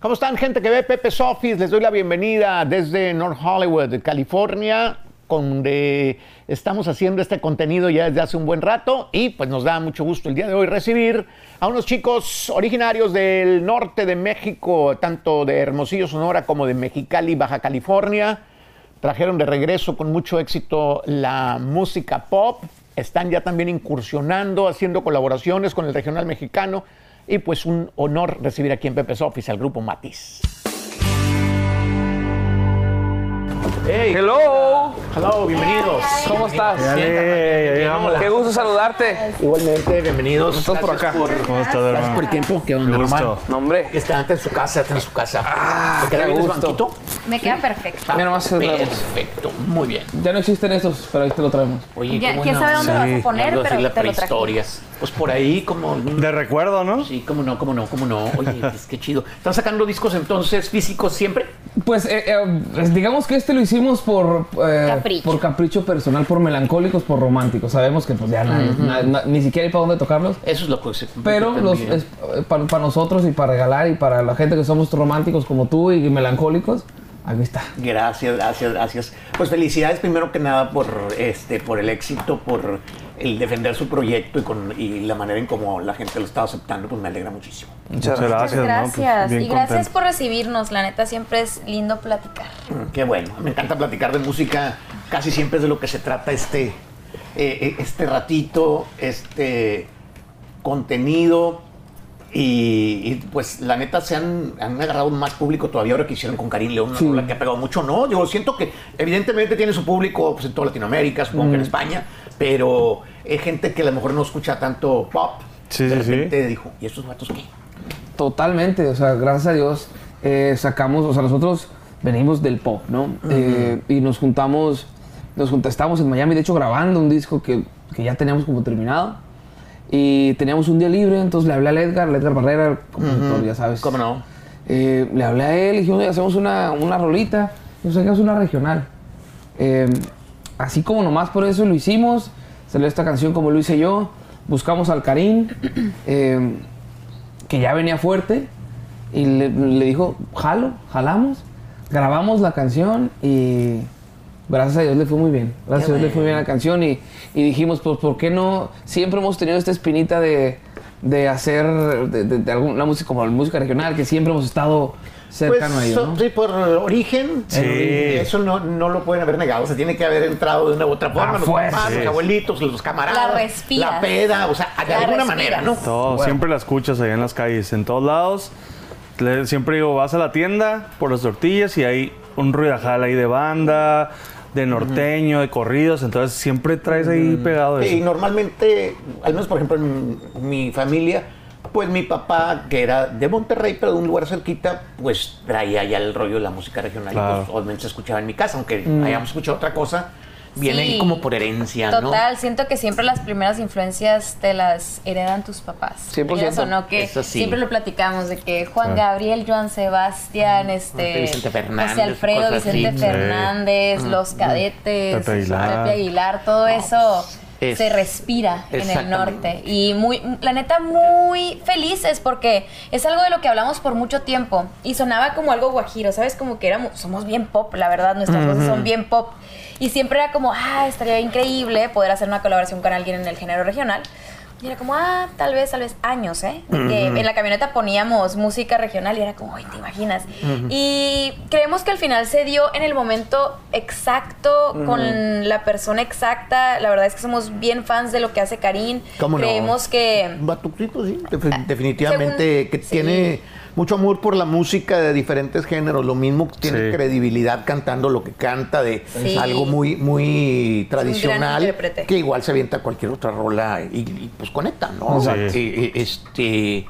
¿Cómo están, gente que ve Pepe's Office? Les doy la bienvenida desde North Hollywood, California, donde estamos haciendo este contenido ya desde hace un buen rato y pues nos da mucho gusto el día de hoy recibir a unos chicos originarios del norte de México, tanto de Hermosillo, Sonora, como de Mexicali, Baja California. Trajeron de regreso con mucho éxito la música pop. Están ya también incursionando, haciendo colaboraciones con el regional mexicano. Y pues un honor recibir aquí en Pepe's Office al grupo Matiz. Hey, Hello, hello, bienvenidos. ¿cómo estás? Qué gusto saludarte. Igualmente, bienvenidos. Estás por acá. ¿Cómo estás, hermano? Gracias por el tiempo. Qué Qué onda, gusto. hermano. Ah, No, hombre. Que está está en su casa, está en su casa. ¿Te queda qué bien el gusto. banquito? Me queda perfecto. Mira nomás, Perfecto, muy bien. Ya no existen estos, pero ahí te lo traemos. Oye, Ya, qué ¿Quién bueno. sabe dónde lo vas a poner? Algo así Pero la te lo traje. prehistorias. Pues por ahí, como. mm, De recuerdo, ¿no? Sí, cómo no, cómo no, cómo no. Oye, pues qué chido. ¿Están sacando discos entonces físicos siempre? Pues eh, eh, pues, digamos que este lo hicimos por, eh, Capricho. por capricho personal, por melancólicos, por románticos. Sabemos que pues ya na- na- na- ni siquiera hay para dónde tocarlos. Eso es lo que se. Pero los eh, también. para nosotros y para regalar y para la gente que somos románticos como tú y melancólicos, aquí está. Gracias, gracias, gracias. Pues felicidades primero que nada por este, por el éxito, por el defender su proyecto y con y la manera en cómo la gente lo está aceptando, pues me alegra muchísimo. Muchas Muchas gracias, ¿no? Pues, gracias. bien y gracias contento. por recibirnos. La neta, siempre es lindo platicar. Qué bueno, me encanta platicar de música, casi siempre es de lo que se trata este, eh, eh, este ratito, este contenido. Y, y, pues la neta se han, han agarrado más público todavía ahora que hicieron con Karim León, una Sí. rola que ha pegado mucho, ¿no? Yo siento que evidentemente tiene su público pues, en toda Latinoamérica, supongo que en España, pero es gente que a lo mejor no escucha tanto pop. Sí, de sí, sí. repente dijo, ¿y estos vatos qué? Totalmente, o sea, gracias a Dios eh, sacamos, o sea, nosotros venimos del pop, ¿no? Eh, y nos juntamos, nos juntamos en Miami, de hecho, grabando un disco que, que ya teníamos como terminado. Y teníamos un día libre, entonces le hablé al Edgar, al Edgar Barrera, el compositor, ya sabes. ¿Cómo no? Eh, le hablé a él y dijimos, "Oye, hacemos una, una rolita, nos sacamos una regional. Eh, así como nomás por eso lo hicimos, salió esta canción como lo hice yo, buscamos al Karim, eh, que ya venía fuerte, y le, le dijo, jalo, jalamos, grabamos la canción y gracias a Dios le fue muy bien, gracias a Dios le fue muy bien la canción y, y dijimos, pues, ¿por qué no? Siempre hemos tenido esta espinita de, de hacer de, de- de alguna música como la música regional, que siempre hemos estado cercano a ello, so- ¿no? pues, Sí, por origen. Sí. eh, Eso no, no lo pueden haber negado. Se tiene que haber entrado de una u otra forma. A los fuerza. papás, los Ah, Sí. abuelitos, los camaradas. La respiras. La peda, o sea, de La alguna respiras. manera, ¿no? Todo, siempre la escuchas ahí en las calles, en todos lados. Le- siempre digo, vas a la tienda por las tortillas y hay un ruidajal ahí de banda, de norteño, de corridos. Entonces siempre traes ahí pegado Y eso. normalmente, al menos por ejemplo en mi familia, pues mi papá, que era de Monterrey, pero de un lugar cerquita, pues traía ya el rollo de la música regional. y, Claro. Mm. pues, obviamente se escuchaba en mi casa, aunque hayamos escuchado otra cosa, viene Sí. ahí como por herencia, ¿no? Total, siento que siempre las primeras influencias te las heredan tus papás. 100%. Quieras o no, que Eso sí. Ah. siempre lo platicamos de que Juan Claro. Gabriel, Joan Sebastián, este, Vicente Fernández, José Alfredo, cosas así. Vicente Sí. Ah. Fernández, los cadetes, Pepe Aguilar. Pepe Aguilar, todo eso es- se respira en el Exactamente. norte y muy la neta muy felices porque es algo de lo que hablamos por mucho tiempo y sonaba como algo guajiro, ¿sabes? Como que éramos somos bien pop, la verdad, nuestras voces son bien pop y siempre era como, ah, estaría increíble poder hacer una colaboración con alguien en el género regional. Y era como, ah, tal vez, tal vez años, ¿eh? De que en la camioneta poníamos música regional y era como, ay, te imaginas. Y creemos que al final se dio en el momento exacto, con la persona exacta. La verdad es que somos bien fans de lo que hace Karin. ¿Cómo no? creemos que... Ah, Batucito, sí, defi- definitivamente según- que sí. tiene mucho amor por la música de diferentes géneros, lo mismo que tiene Sí. credibilidad cantando lo que canta de Sí. algo muy muy tradicional intérprete. que igual se avienta cualquier otra rola y, y, pues conecta, ¿no? Sí. eh, eh, este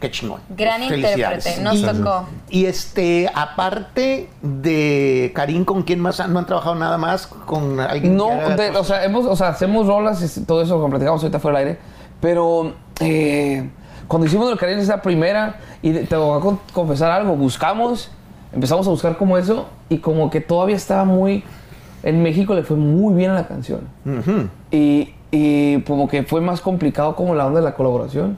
qué chingón. Gran Felicidades. intérprete, nos Y- tocó. Y este aparte de Karim, ¿con quién más han- no han trabajado nada más con alguien? No, que haga de- o cosas? sea, hemos, o sea, hacemos rolas y todo eso, como platicamos ahorita fuera del aire. Pero eh, cuando hicimos el Caribe, esa primera, y de- te voy a con- confesar algo, buscamos, empezamos a buscar como eso, y como que todavía estaba muy. En México le fue muy bien a la Mm. canción. y, y como que fue más complicado como la onda de la colaboración.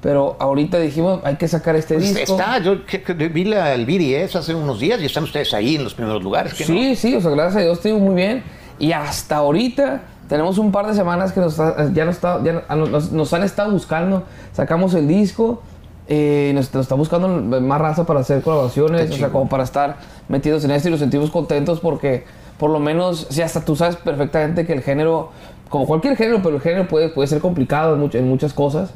Pero ahorita dijimos, hay que sacar este Pues disco. Está, yo que- que vi la, el BDS hace unos días y están ustedes ahí en los primeros lugares. ¿qué no? Sí, sí, o sea, gracias a Dios te digo muy bien. Y hasta ahorita tenemos un par de semanas que nos, ha- ya, nos, está- ya ah, nos, nos han estado buscando. Sacamos el disco, eh, nos, nos está buscando más raza para hacer colaboraciones, o sea, como para estar metidos en esto y nos sentimos contentos porque por lo menos, si hasta tú sabes perfectamente que el género, como cualquier género, pero el género puede, puede ser complicado en, much- en muchas cosas.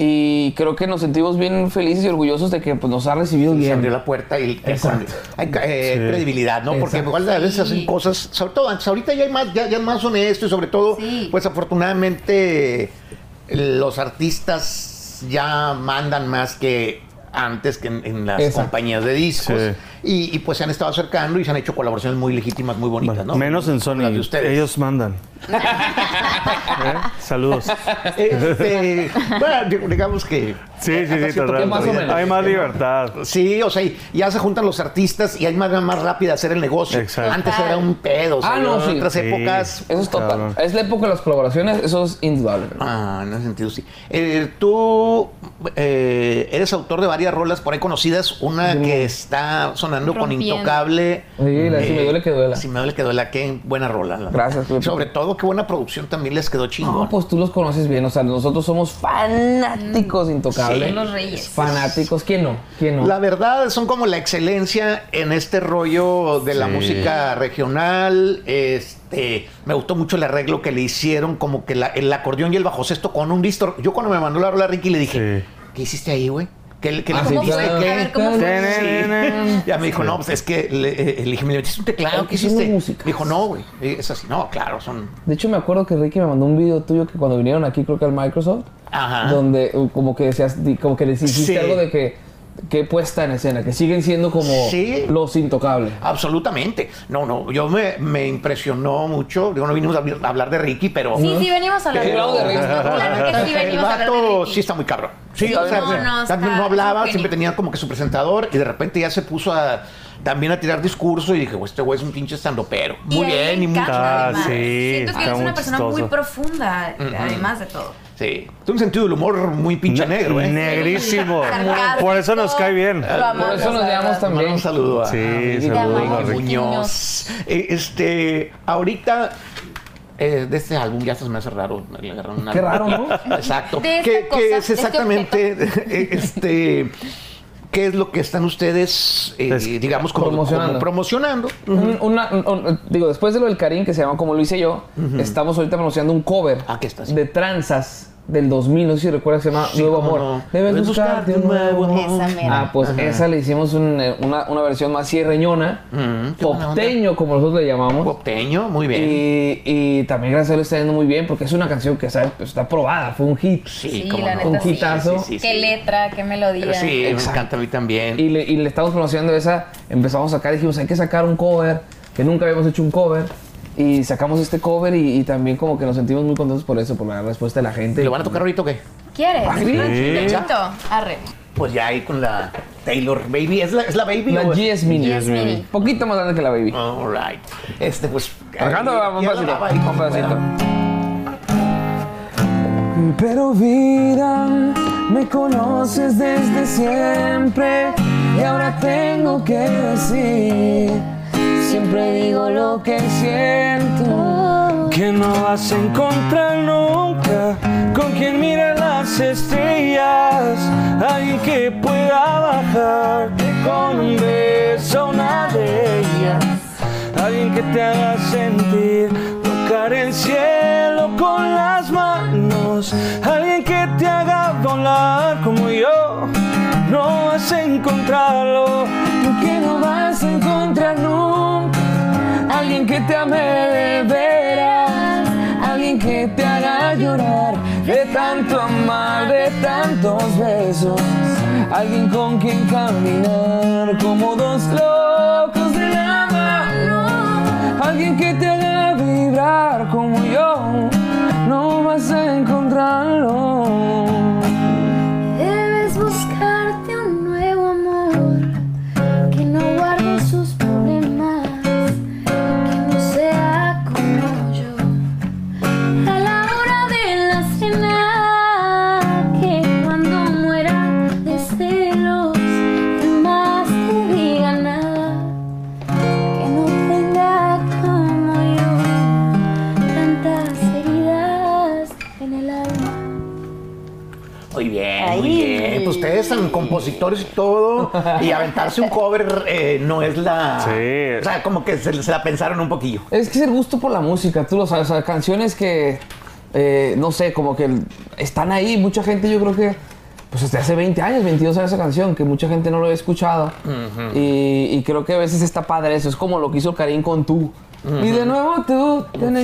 Y creo que nos sentimos bien felices y orgullosos de que pues, nos ha recibido Se bien. abrió la puerta y que Exacto. con- hay ca- eh, Sí. credibilidad, ¿no? Porque Exacto. igual a veces hacen Sí. cosas, sobre todo antes, ahorita ya hay más, ya, ya es más honesto y sobre todo, Sí. pues afortunadamente los artistas ya mandan más que antes que en, en las Exacto. compañías de discos Sí. y, y, pues se han estado acercando y se han hecho colaboraciones muy legítimas, muy bonitas, ¿no? Menos en Sony. Las de ustedes. Ellos mandan. ¿Eh? Saludos. Este, bueno, digo, digamos que Sí, sí, sí, cierto total. punto, más o menos. Hay más libertad. Sí, o sea, y ya se juntan los artistas y hay manera más rápida de hacer el negocio. Exacto. Antes era un pedo, o sea, Ah, no, en sí. otras Sí. épocas. Eso es total. Cabrón. Es la época de las colaboraciones, eso es indudable. ¿no? Ah, en ese sentido sí. Eh, tú eh, eres autor de varias rolas por ahí conocidas. Una que está sonando con Rompiendo. Intocable. Eh, Sí, la de Si me duele que duela. Si me duele que duela, qué buena rola. la Gracias, verdad. Pepe. Sobre todo, qué buena producción también les quedó chingón. No, pues tú los conoces bien, o sea, nosotros somos fanáticos Mm, intocables. Sí. Los reyes. Fanáticos, ¿quién no? ¿Quién no? La verdad, son como la excelencia en este rollo de la Sí. música regional. Este, me gustó mucho el arreglo que le hicieron, como que la- el acordeón y el bajo sexto con un distor. Yo cuando me mandó la rola Ricky le dije, Sí. ¿qué hiciste ahí, güey? ¿Qué, qué Ah, le sí, ¿Cómo metiste? fue? claro. ¿Qué?" A ver, ¿cómo fue? Sí. Ya me dijo, no, pues es que le, eh, le dije, ¿me metiste un teclado? Hay ¿Qué que hacer una hiciste? música. Me dijo, no, güey. Es así, no, claro, son. De hecho, me acuerdo que Ricky me mandó un video tuyo que cuando vinieron aquí, creo que al Microsoft, Ajá. donde uh, como que decías, di- como que les hiciste Sí. algo de que, que puesta en escena, que siguen siendo como Sí. los intocables. Absolutamente. No, no, yo me, me impresionó mucho. Digo, no vinimos a hablar- a hablar de Ricky, pero. Sí, sí, venimos a la Pero- Hablamos de Reyes. Claro que sí, el venimos a hablar de vato Ricky. sí está muy cabrón. Sí, Sí, o sea, no, no, está- también no hablaba, es un siempre genio. tenía como que su presentador y de repente ya se puso a también a tirar discurso y dije, "Güey, este güey es un pinche estandopero. Muy a él bien le y muy encanta, Ah, además. sí, Siento que él está es muy una persona muy chistoso. profunda, además de todo. Sí, tiene un sentido del humor muy pinche negro, ¿eh? Negrísimo. Por eso nos cae bien. Lo amamos, Por eso nos la llevamos verdad. Te mando también. un saludo a Sí, a- saludos, a Ricky Muñoz. Eh, Este, ahorita eh, de este álbum ya se me hace raro, le agarraron una- Qué raro, ¿no? Exacto. De ¿Qué, esta qué cosa, de es este exactamente este qué es lo que están ustedes eh, Es- digamos como Promocionando. como promocionando? Un- una- un- un- digo, después de lo del Karim, que se llama Como lo hice yo, estamos ahorita pronunciando un cover Aquí está, sí. de Tranzas del 2000, no sé si recuerdas, se llama Nuevo cómo Amor. no. Debes Debes buscarte un nuevo amor. Esa mera. Ah, pues esa le hicimos un- eh, una, una versión más sierreñona, Mm, qué buena popteño, como nosotros le llamamos. Popteño, muy bien. Y, y también gracias a Dios está yendo muy bien porque es una canción que está, está probada, fue un hit. sí, Sí, cómo la no. neta, Un hitazo. Sí, sí, sí, Qué sí. letra, qué Pero melodía. sí, me Exacto. encanta a mí también. Y le, y le estamos pronunciando esa, empezamos a sacar, dijimos, hay que sacar un cover, que nunca habíamos hecho un cover. Y sacamos este cover y, y también como que nos sentimos muy contentos por eso, por la respuesta de la gente. ¿Lo van a tocar ahorita o qué? ¿Quieres? Ah, sí. Nachito, Arre. Pues ya ahí con la Taylor Baby. ¿Es la, es la Baby? La o es- GS Mini. GS Mini. Poquito más grande que la Baby. All right. Este, pues. Alejandro, ahí- vamos ya un la pedacito, daba ahí un como pedacito. pueda. Pero vida, me conoces desde siempre y ahora tengo que decir, siempre digo lo que siento. Que no vas a encontrar nunca con quien mira las estrellas. Alguien que pueda bajarte con un beso a una de ellas. Alguien que te haga sentir tocar el cielo con las manos. Alguien que te haga volar como yo. No vas a encontrarlo. Que no vas a encontrar nunca alguien que te ame de veras, alguien que te haga llorar de tanto amar, de tantos besos, alguien con quien caminar como dos locos de la mano, alguien que te haga vibrar como yo, no vas a encontrarlo. Debes buscarte un nuevo amor que no guarde sus problemas, que no sea como yo. A la hora de la cena, que cuando Pues compositores y todo, y aventarse un cover eh, no es la... Sí. O sea, como que se, se la pensaron un poquillo. Es que es el gusto por la música, tú lo sabes. O sea, canciones que, eh, no sé, como que están ahí. Mucha gente, yo creo que, pues desde hace 20 años, 22 años esa canción, que mucha gente no lo había escuchado. y, y creo que a veces está padre eso. Es como lo que hizo Karim con tú. Y de nuevo tú, cómo no.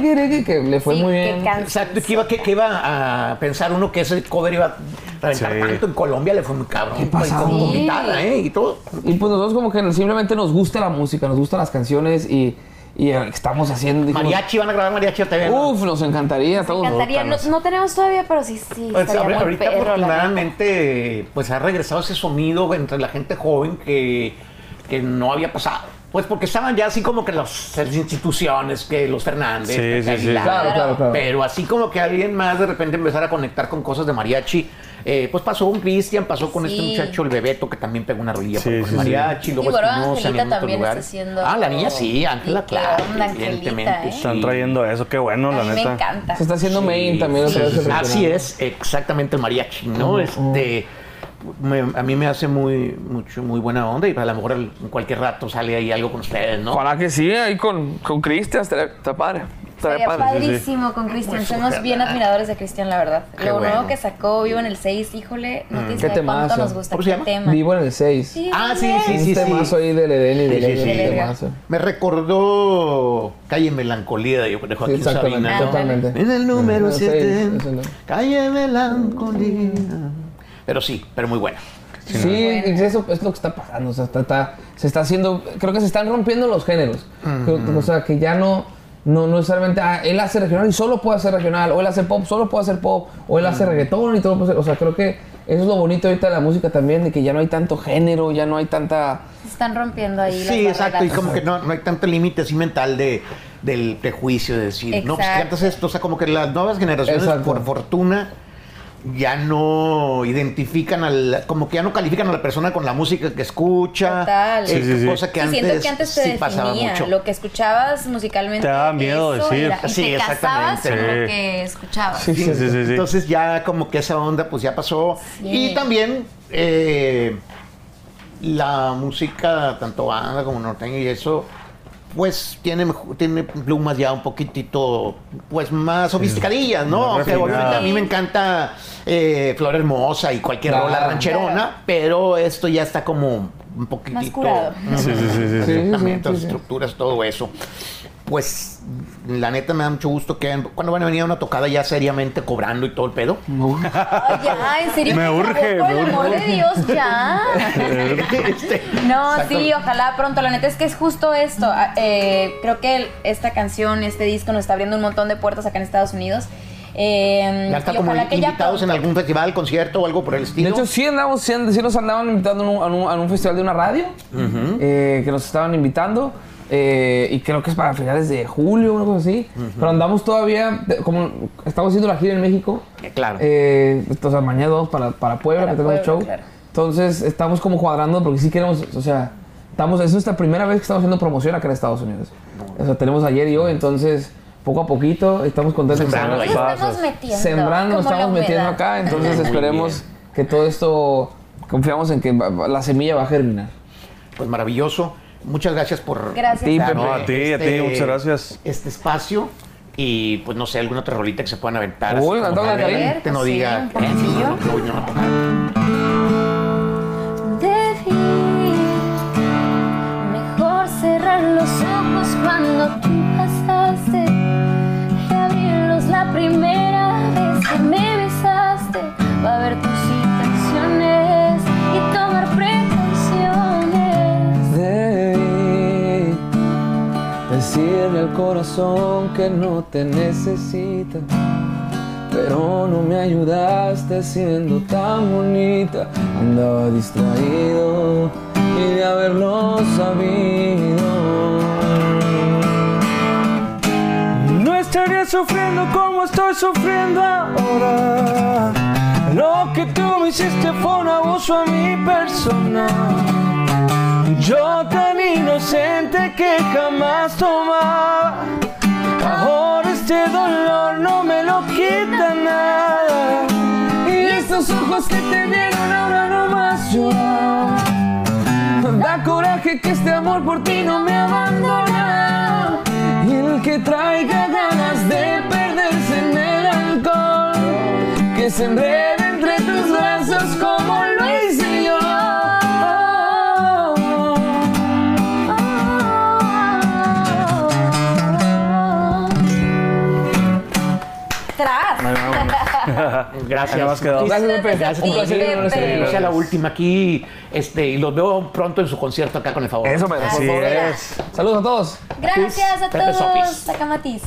que le fue Sí, muy qué bien. can- Exacto, que iba, que, que iba a pensar uno que ese cover iba a reventar Sí. tanto en Colombia, le fue muy cabrón. ¿Qué pasó? Con- Con Sí. guitarra, ¿eh? Y todo. Y pues nosotros como que simplemente nos gusta la música, nos gustan las canciones y, y eh, estamos haciendo... dijimos, Mariachi, van a grabar mariachi o TV. ¿no? Uf, nos encantaría. Me estamos encantaría. No, locas. no tenemos todavía, pero sí, sí. Pues, estaría ahora- muy ahorita perro, la afortunadamente pues ha regresado ese sonido entre la gente joven que, que no había pasado. Pues porque estaban ya así como que las, las instituciones, que los Fernández, Sí, que sí, sí. Aguilar, Claro, claro, claro. pero así como que alguien más de repente empezara a conectar con cosas de mariachi. Eh, pues pasó un Cristian, pasó con este Sí. muchacho el Bebeto que también pegó una rodilla Sí, por sí, sí. mariachi, luego Y bueno, Espinosa, Angelita en otros también lugares. está haciendo Ah, la algo. niña sí, Ángela, Sí, claro, onda, Angelita, ¿eh? sí. Están trayendo eso, qué bueno, A la mí neta. me encanta. Se está haciendo main también. otra vez el Así regional. es, exactamente el mariachi, ¿no? Ujú. Este, me- a mí me hace muy, mucho, muy buena onda y a lo mejor al- en cualquier rato sale ahí algo con ustedes, ¿no? Ojalá que sí, ahí con, con Cristian, estaría- está padre. Estaría Estaría padre. padrísimo con Cristian. Somos bien admiradores de Cristian, la verdad. Qué Lo bueno. nuevo que sacó Vivo en el 6, híjole, Mm. no tienes Qué idea cuánto temazo. nos gusta. ¿Cómo el se llama? tema. Vivo en el 6. Ah, sí, sí, Un sí, temazo sí. ahí del Edén y del Sí, sí, Edén, sí. un Del Edén. temazo. Me recordó Calle Melancolía, yo dejo Sí, aquí en exactamente, Sabina, ¿no? totalmente. En el número Sí, 7, ese no. Calle Melancolía. Pero sí, pero muy buena. Sí, y eso es lo que está pasando. O sea, está- está- se está haciendo. Creo que se están rompiendo los géneros. Creo- o sea, que ya no. No, no necesariamente. ah, él hace regional y solo puede hacer regional. O él hace pop, solo puede hacer pop. O él hace reggaetón y todo puede hacer. O sea, creo que eso es lo bonito ahorita de la música también. De que ya no hay tanto género, ya no hay tanta. Se están rompiendo ahí las Sí, exacto, y barreras. como que no, no hay tanto límite así mental de, del prejuicio, de decir, no, pues que Exacto. antes esto, o sea, como que las nuevas generaciones, Exacto. por fortuna, ya no identifican al, como que ya no califican a la persona con la música que escucha, Total. eh, Sí, sí, sí. cosa que Y antes, siento que antes te sí pasaba definía mucho. lo que escuchabas musicalmente. Te daba miedo eso decir. era- Y, Sí, te casabas exactamente. con lo Sí. que escuchabas. Sí, Sí, sí, sí, sí. Entonces ya como que esa onda pues ya pasó. Sí. Y también eh, la música, tanto banda como norteña y eso, pues tiene, mejo- tiene plumas ya un poquitito pues más sofisticadillas, ¿no? Más Aunque obviamente refinadas. a mí me encanta eh, Flor Hermosa y cualquier Claro. rola rancherona, Claro. pero esto ya está como un poquitito... Más curado. Sí, sí, sí, sí, sí. Sí. Exactamente, sí. estructuras, todo eso. Pues la neta me da mucho gusto que cuando van a venir a una tocada ya seriamente cobrando y todo el pedo. Ay, ya, en serio. Me por favor, urge, Por me el amor de Dios, ya. Este, No, Exacto. sí, ojalá pronto. La neta es que es justo esto. Ah, eh, creo que el- esta canción, este disco nos está abriendo un montón de puertas acá en Estados Unidos. Eh, ya está y como ojalá que ya invitados en pronto- algún festival, concierto o algo por el De estilo. hecho, sí, andamos, sí, sí nos andaban invitando a un, a un- a un festival de una radio, eh, que nos estaban invitando, eh, y creo que es para finales de julio o algo así, pero andamos todavía, de- como estamos haciendo la gira en México, Eh, claro. eh, entonces mañana vamos para, para Puebla, Para que tenemos Puebla, show, claro. entonces estamos como cuadrando porque sí queremos, o sea, estamos, es nuestra primera vez que estamos haciendo promoción acá en Estados Unidos, o sea, tenemos ayer y hoy, entonces poco a poquito estamos contentos. Sembrando Nos ahí. estamos Pasas. metiendo. Sembrando, nos como la estamos metiendo humedad. acá, entonces esperemos que todo esto, confiamos en que va- va- la semilla va a germinar. Pues maravilloso. Muchas gracias por Gracias. Ti, darme No, a ti, a ti, muchas gracias. Este espacio y pues no sé, alguna otra rolita que se puedan aventar. Uy, la toca que Karim. no Sí, diga. un poquillo. "Eh, no, no, no, no". Debí mejor cerrar los ojos cuando tú pasaste y abrirlos la primera vez que me besaste. Va a ver tus intenciones y tomar precauciones. Debí decirle al corazón que no te necesita. Pero no me ayudaste siendo tan bonita. Andaba distraído y de haberlo sabido. No estaría sufriendo como estoy sufriendo ahora. Lo que tú me hiciste fue un abuso a mi persona. Yo tan inocente que jamás tomaba. Ahora este dolor no me lo quita nada. Y estos ojos que te vieron ahora no llorado. Da coraje que este amor por ti no me abandona. Y el que traiga ganas de perderse en el alcohol, que se enrede entre tus brazos como lo hice yo. Tras. Gracias. más quedó. Gracias, Pepe. Gracias a ti, Un placer, Pepe. un placer. Que sea la última aquí. Este, y los veo pronto en su concierto acá con el favor. Eso me Así Por favor. es. Saludos a todos. Gracias a Pepe Sofis. todos. Sacamatis.